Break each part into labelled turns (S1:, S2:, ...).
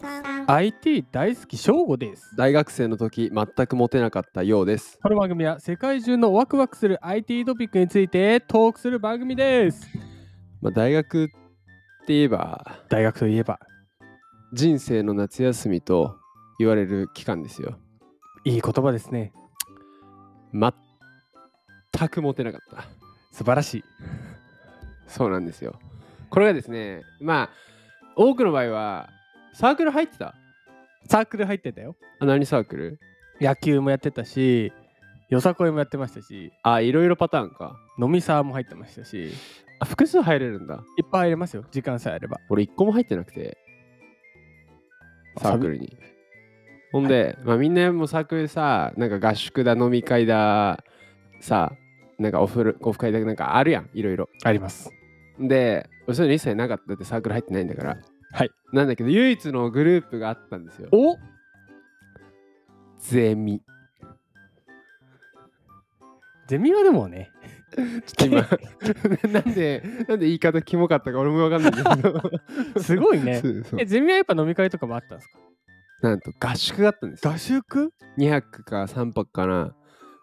S1: さん。
S2: IT 大好き翔吾です。
S3: 大学生の時全くモテなかったようです
S2: この番組は世界中のワクワクする IT トピックについてトークする番組です。
S3: まあ大学って言えば
S2: 大学といえば
S3: 人生の夏休みと言われる期間ですよ
S2: いい言葉ですね。
S3: 全くモテなかった
S2: 素晴らしい。
S3: そうなんですよこれがですねまあ多くの場合はサークル入ってた
S2: サークル入ってたよ。
S3: あ何サークル
S2: 野球もやってたし、よさこいもやってましたし、
S3: あいろいろパターンか
S2: 飲みサーも入ってましたし、いっ
S3: あ複数入れるんだ
S2: ぱい入れますよ。時間さえあれば。
S3: 俺一個も入ってなくてサークルにほんで、まあ、みんなもうサークルさなんか合宿だ飲み会ださなんかオフオフ会だなんかあるやんいろいろ
S2: あります。
S3: で俺そういうの一切なかっただってサークル入ってないんだから
S2: はい
S3: なんだけど唯一のグループがあったんですよ
S2: お
S3: ゼミ
S2: ゼミはでもね、
S3: ちょっと今 なんでなんで言い方キモかったか俺もわかんないんだけど
S2: すごいね
S3: そ。うそう
S2: え、ゼミはやっぱ飲み会とかもあったんですか
S3: なんと合宿があったんですよ
S2: 合宿
S3: 2泊か3泊かな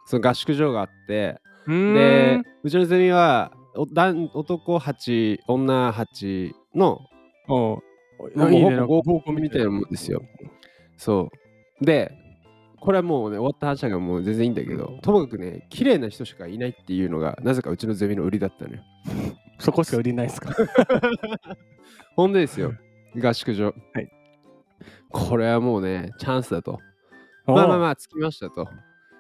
S3: その合宿場があって
S2: うー
S3: で
S2: ん。
S3: うちのゼミはお男男8女8の
S2: おう
S3: もう
S2: いいね
S3: ほぼ
S2: 合コン
S3: みたいなもんですよそうでこれはもうね終わった話だからもう全然いいんだけどともかくね綺麗な人しかいないっていうのがなぜかうちのゼミの売りだったのよ
S2: そこしか売りない ですか
S3: ほんでですよ合宿所
S2: はい
S3: これはもうねチャンスだとまあまあまあ着きましたと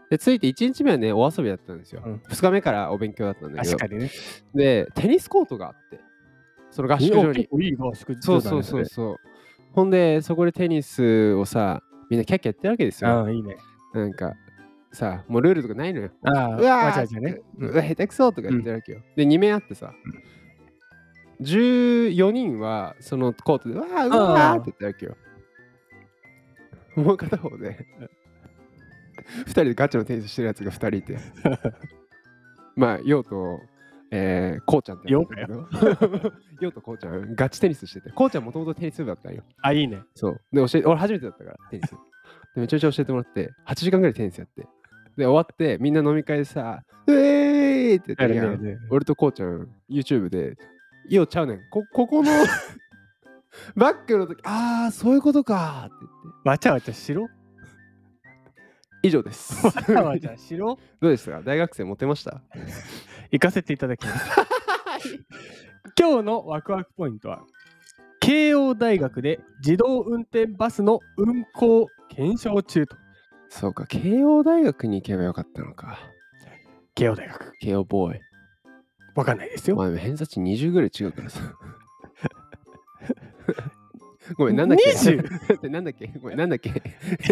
S3: で着いて1日目はねお遊びだったんですよ、
S2: うん
S3: 2日目からお勉強だったんだけど
S2: 確かにね。
S3: でテニスコートがあってその合宿所に
S2: いい合宿
S3: そうそうそうそう。ほんで、そこでテニスをさ、みんなキャッキャやってるわけですよ。
S2: ああ、いいね。
S3: なんか、さ、もうルールとかないのよ。
S2: ああ、
S3: うわー
S2: わちゃわちゃね。
S3: うわ下手くそとか言ってるわけよ。で、2面あってさ、14人はそのコートで、うわー、うわーって言ってるわけよ。もう片方で、2人でガチのテニスしてるやつが2人 いて。まあ、ヨウと、えー、こうちゃんってやつなんだけど。 ヨウとこうちゃん、ガチテニスしてて。こうちゃんもともとテニス部だったんよ。
S2: あ、いいね。
S3: そう。で、教え俺初めてだったから、テニス。でめちゃめちゃ教えてもらって、8時間ぐらいテニスやって。で、終わって、みんな飲み会でさ、うえーいって
S2: あ
S3: 言っ
S2: るね
S3: てる
S2: あ
S3: や
S2: る
S3: ん。
S2: ね
S3: 俺とこうちゃん、YouTube で、ようちゃうねん。こ、ここの、 バックの時、あー、そういうことかーって言って。
S2: わちゃわちゃし ろ。
S3: 以上 です。
S2: わちゃわちゃしろ。
S3: どうでしたか大学生モテました
S2: 行かせていただきます。 今日のワクワクポイントは、慶応大学で自動運転バスの運行検証中と。
S3: そうか、慶応大学に行けばよかったのか。
S2: 慶応大学。
S3: 慶応ボーイ。
S2: わかんないですよ。
S3: まあ、偏差値20ぐらい違うか らさ。ごめん、なんだっけ
S2: 20?
S3: だってなんだっけごめん、なんだっけ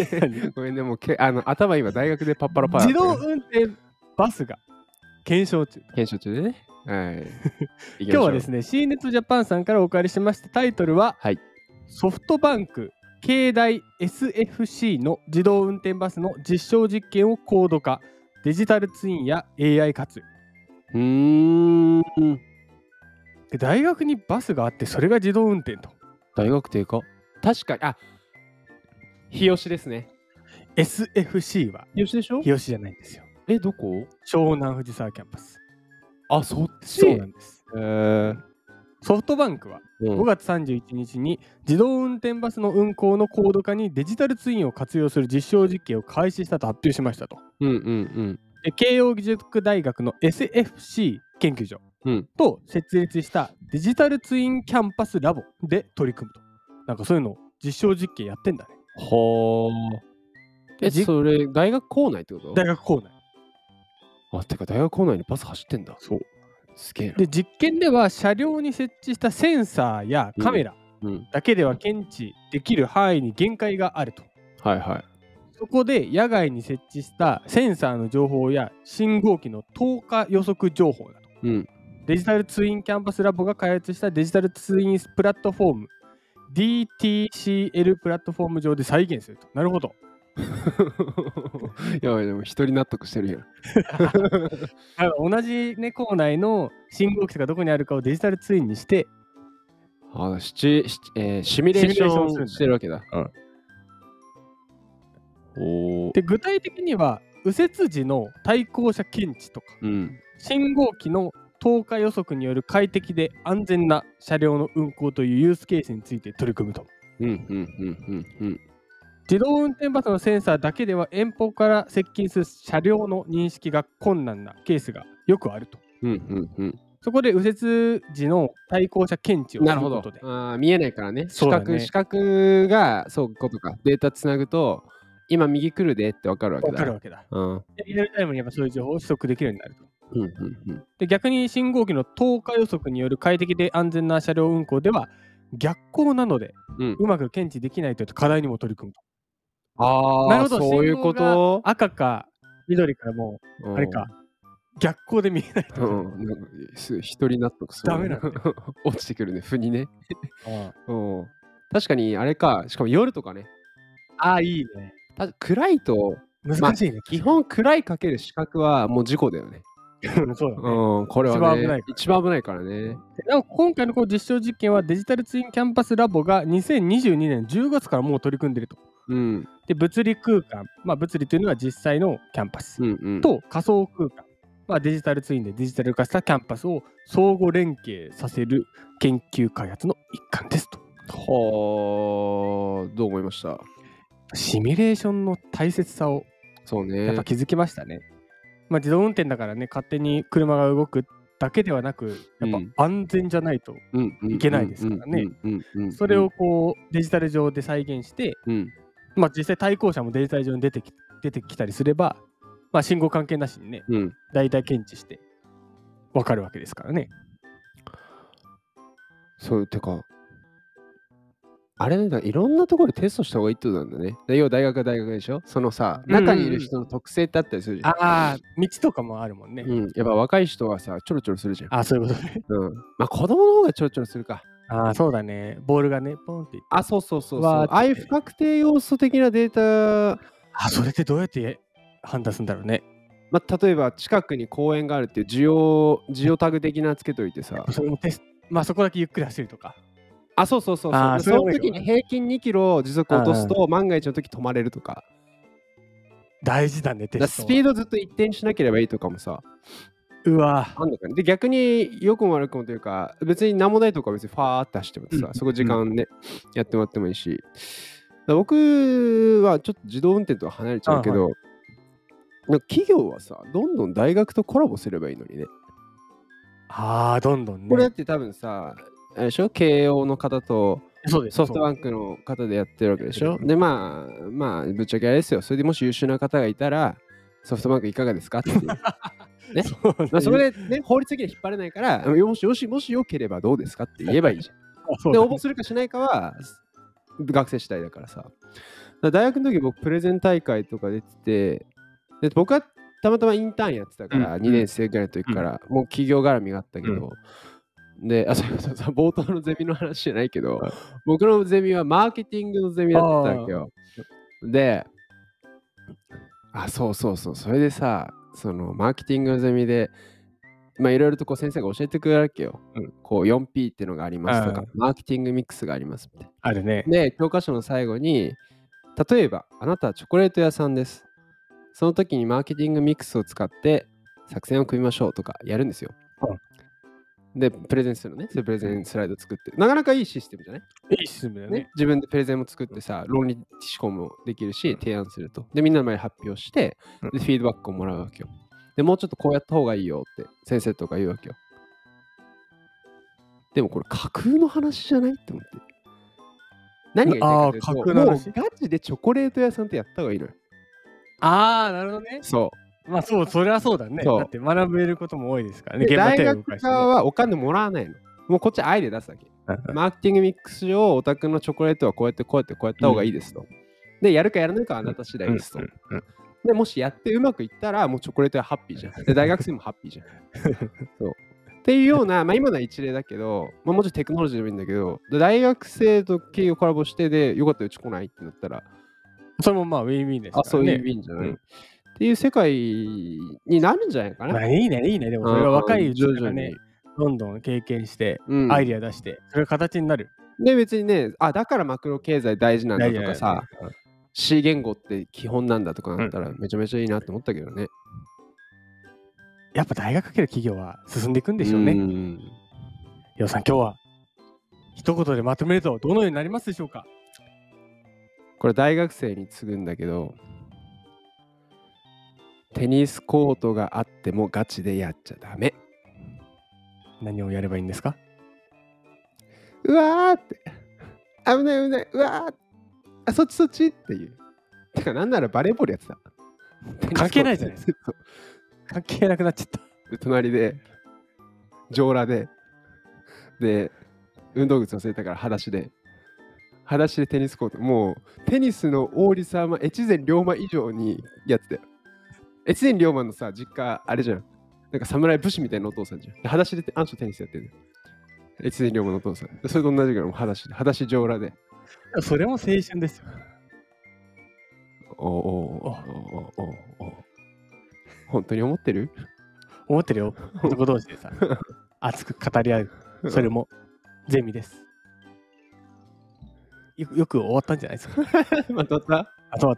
S3: ごめんね、もうけあの頭今大学でパッパラパラ。
S2: 自動運転バスが検証中。
S3: 検証中でね。 はい。
S2: 今日はです
S3: ね。
S2: ね、C ネットジャパンさんからお借りしましたタイトルは、
S3: はい
S2: ソフトバンク携帯 SFC の自動運転バスの実証実験を高度化、デジタルツインや AI 活用。
S3: うーん。
S2: で大学にバスがあって、それが自動運転と。
S3: 大学低下確かに、あ日吉ですね。
S2: SFC は
S3: 日吉でしょ
S2: 日吉じゃないんですよ。
S3: え、どこ
S2: 湘南藤沢キャンパス。
S3: あ、そっち
S2: そうなんです。
S3: えー
S2: ソフトバンクは
S3: うん
S2: 5月31日に自動運転バスの運行の高度化にデジタルツインを活用する実証実験を開始したと発表しましたと。
S3: うんうん
S2: で慶応義塾大学の SFC 研究所
S3: うん
S2: と設立したデジタルツインキャンパスラボで取り組むと。なんかそういうのを実証実験やってんだね。
S3: うん。はあ。え、
S2: じ
S3: それ、大学構内ってこと
S2: 大学構内。
S3: あ、てか大学構内にバス走ってんだ。
S2: そう。
S3: すげえな。
S2: で、実験では車両に設置したセンサーやカメラ
S3: うん。
S2: だけでは検知できる範囲に限界があると。
S3: はいはい。
S2: そこで野外に設置したセンサーの情報や信号機の透過予測情報など
S3: うん。
S2: デジタルツインキャンパスラボが開発したデジタルツインプラットフォーム DTCL プラットフォーム上で再現すると。なるほど。
S3: やばい、でも一人納得してるやん。
S2: だから同じ、ね、校内の信号機とかどこにあるかをデジタルツインにして、
S3: あシチュエシチュえーシミュレーシ
S2: シミュレーションす
S3: ョ
S2: るん
S3: ン
S2: だ
S3: してるわけだ。おお。
S2: で具体的には右折時の対向車検知とか
S3: うん。
S2: 信号機の透過予測による快適で安全な車両の運行というユースケースについて取り組むと
S3: うんうんうんうんうん。
S2: 自動運転バスのセンサーだけでは遠方から接近する車両の認識が困難なケースがよくあると
S3: うんうんうん。
S2: そこで右折時の対向車検知をす
S3: な
S2: る
S3: るほ
S2: こ
S3: ど
S2: とで。
S3: あー見えないからね。
S2: そ
S3: 視
S2: うだね
S3: 覚、視覚がそういうことか。データつなぐと、今右来るでってわかるわけ
S2: わ
S3: だ。
S2: かるわけだ
S3: うん。うん
S2: でリアルタイムにやっぱそういう情報を取得できるようになると
S3: うんうん。
S2: で逆に信号機の透過予測による快適で安全な車両運行では逆光なので、
S3: う
S2: うんまく検知できないという課題にも取り組むと
S3: ああ、
S2: なるほど
S3: そういう
S2: 信
S3: こ
S2: 号
S3: と。
S2: が赤か緑からもうあれか、逆光で見えないと
S3: う
S2: か、
S3: ん。うん。なんかす一人納得する。
S2: ダメなんだ
S3: 落ちてくるね、腑にね。
S2: あ
S3: うん。確かに、あれか。しかも夜とかね。
S2: あいいね
S3: た暗いと、
S2: 難しいね、
S3: 基本暗いかける視覚はもう事故だよ
S2: う
S3: ね。
S2: んそうだね、
S3: うん、これはね、
S2: 一番危ないから
S3: 一番危ないからね。
S2: なお今回のこの実証実験はデジタルツインキャンパスラボが2022年10月からもう取り組んでいると
S3: うん、
S2: で物理空間、まあ、物理というのは実際のキャンパス、
S3: うん、うん。
S2: と仮想空間、まあ、デジタルツインでデジタル化したキャンパスを相互連携させる研究開発の一環ですと。
S3: はあ、どう思いました
S2: シミュレーションの大切さを
S3: そう
S2: やっ
S3: ね
S2: ぱ。気づきましたね。まあ、自動運転だからね勝手に車が動くだけではなくやっ
S3: うん
S2: ぱ安全じゃないと、
S3: うんうん
S2: いけないですからね。
S3: うんうんうんうん
S2: それを、こうデジタル上で再現して、
S3: うん、
S2: まあ、実際対向車もデジタル上に出てき出てきたりすれば、まあ、信号関係なしにね
S3: うん。
S2: 大体検知して分かるわけですからね。
S3: そう、てか、あれなんだ、いろんなところでテストした方がいいってことなんだね。で要は大学は大学でしょそのさ、
S2: うんうん
S3: 中にいる人の特性ってあったりするじゃん。
S2: ああ道とかもあるもんね。
S3: うん、やっぱ若い人はさ、ちょろちょろするじゃん。
S2: あそういうことね。
S3: うん。まあ子供の方がちょろちょろするか。
S2: あそうだね。ボールがね、ポンって。
S3: あ、そうそうそうそう。
S2: わーっ
S3: あ
S2: て
S3: あいう不確定要素的なデータ、
S2: あそれってどうやって判断するんだろうね。
S3: まあ、例えば近くに公園があるっていう需要、需要タグ的なつけといてさ。
S2: それもテスト。まあそこだけゆっくり走るとか。
S3: あ、そうそうそうそ
S2: あ
S3: う。
S2: ーそ
S3: でそ
S2: れ
S3: の
S2: もいいよ
S3: 時に平均2キロ時速落とすと、万が一の時止まれるとか。
S2: 大事だね、テ
S3: だから
S2: スト
S3: ス
S2: は。
S3: ピードずっと一定にしなければいいとかもさ。
S2: うわ。
S3: あんのかね。で、逆によくも悪くもというか、別に何もないとこは別にファーって走ってもさ、
S2: うん
S3: そこ時間ね、やってもらってもいいし。だから僕はちょっと自動運転とは離れちゃうけど、なんか企業はさ、どんどん大学とコラボすればいいのにね。
S2: ああ、どんどんね。
S3: これだって多分さ、あれでしょ慶応の方と
S2: そうです。
S3: ソフトバ
S2: ン
S3: ンクの方でやってるわけでし
S2: やっ
S3: ょ
S2: て
S3: で、まあ、まあ、ぶっちゃけあれですよ。それでもし優秀な方がいたら、ソフトバンクいかがですかっていう。まね
S2: そうそう
S3: あそれで、ね、法律的に引っ張れないから、もし、もし、もしよければどうですかって言えばいいじゃん。
S2: そう
S3: で、
S2: だ
S3: 応
S2: ね
S3: 募するかしないかは、学生次第だからさ。だから大学の時僕、プレゼン大会とか出てて、で僕はたまたまインターンやってたから、
S2: うん
S3: 2年生ぐらいの時から、もう企業絡みがあったけど、で、あ、そうそうそう、冒頭のゼミの話じゃないけど
S2: はい、
S3: 僕のゼミはマーケティングのゼミだったわけよ。で、あ、そうそうそう、それでさ、そのマーケティングのゼミで、まあいろいろとこう先生が教えてくれるわけよ。
S2: うん
S3: こう 4P ってのがありますとか
S2: あ、
S3: マーケティングミックスがありますみたいな
S2: あるね。
S3: で、教科書の最後に、例えば、あなたはチョコレート屋さんです。その時にマーケティングミックスを使って作戦を組みましょうとかやるんですよ。で、プレゼンするのね。それプレゼンスライド作って。なかなかいいシステムじゃない、
S2: いいシステムだよ
S3: ね
S2: ね。
S3: 自分でプレゼンも作ってさ、論理思考もできるし、提案すると。で、みんなの前で発表して、で、フィードバックをもらうわけよ。で、もうちょっとこうやった方がいいよって先生とか言うわけよ。でもこれ架空の話じゃないって思って。何が言いたいかというと
S2: あー架空の話
S3: もうガチでチョコレート屋さんってやった方がいいのよ。
S2: ああ、なるほどね。
S3: そ
S2: まあそう、それはそうだね。
S3: そう
S2: だって学べることも多いですから
S3: う。
S2: ね。
S3: で
S2: 現場
S3: 大
S2: 手を動
S3: 学
S2: かしてね
S3: 側はお金もらわないの。もうこっちはアイデア出すだけ。マーケティングミックス上、お宅のチョコレートはこうやってこうやってこうやった方がいいですと。で、やるかやらないかはあなた次第ですと
S2: うん。うん
S3: で、もしやってうまくいったら、もうチョコレートはハッピーじゃ ん。で、大学生もハッピーじゃん。そう。っていうような、まあ今のは一例だけど、まあもうちょっとテクノロジーでもいいんだけど、で大学生と企業コラボしてで、よかったらうち来ないってなったら、
S2: それもまあウィンウィンですから
S3: あ、
S2: ね。
S3: そういう意味じゃない、
S2: うん
S3: っていう世界になるんじゃないかな。
S2: まあいいね、いいね。でもそれは若
S3: うん
S2: いうち
S3: 徐
S2: から
S3: 々
S2: ね
S3: に。、
S2: どんどん経験して、
S3: うん
S2: アイデア出して、それが形になる。
S3: で、別にね、あ、だからマクロ経済大事なんだとかさ、 C 言語って基本なんだとかなったらめちゃめちゃいいなって思ったけどね。
S2: やっぱ大学かける企業は進んでいくんでしょうね。
S3: ん
S2: ようさん、今日は一言でまとめるとどのようになりますでしょうか
S3: これ大学生に次ぐんだけど、テニスコートがあってもガチでやっちゃダメ。
S2: 何をやればいいんですか
S3: うわーって。危ない危ない。うわーあ、そっちそっちっていう。てか、なんならバレーボールやってた。
S2: 関係ないじゃないです
S3: か。そう
S2: 関係なくなっちゃった。
S3: で隣で、上裸で、で、運動靴忘れたから裸足で、裸足でテニスコート、もうテニスの王子様、越前龍馬以上にやってたよ。越前龍馬のさ、実家、あれじゃん。なんか侍武士みたいなお父さんじゃん。で裸足で暗所テニスやってるのよ。越前龍馬のお父さん。でそれと同じぐらいもう裸足で、裸足上裸で。
S2: それも青春ですよ。
S3: おおおおおおお本当に思っ てる
S2: 思ってる よ。男同士でさ、熱く語り合う。それもゼミです。よよく終わったんじゃない ですか。
S3: まとった
S2: あとは、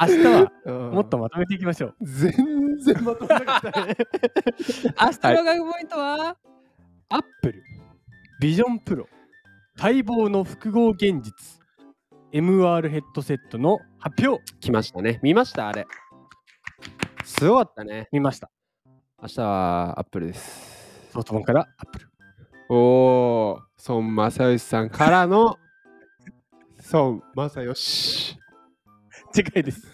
S2: 明日はも
S3: も
S2: っとまとめていきましょう。
S3: 全然まとまらなかったね。
S2: 明日の学ポイントは、アップル、ビジョンプロ、待望の複合現実、MR ヘッドセットの発表、
S3: 来ましたね。見ましたあれ。すごかったね。
S2: 見ました。
S3: 明日はアップルです。
S2: ソフトボンからアップル。
S3: おお、孫正義さんからの孫正義。
S2: 次回です。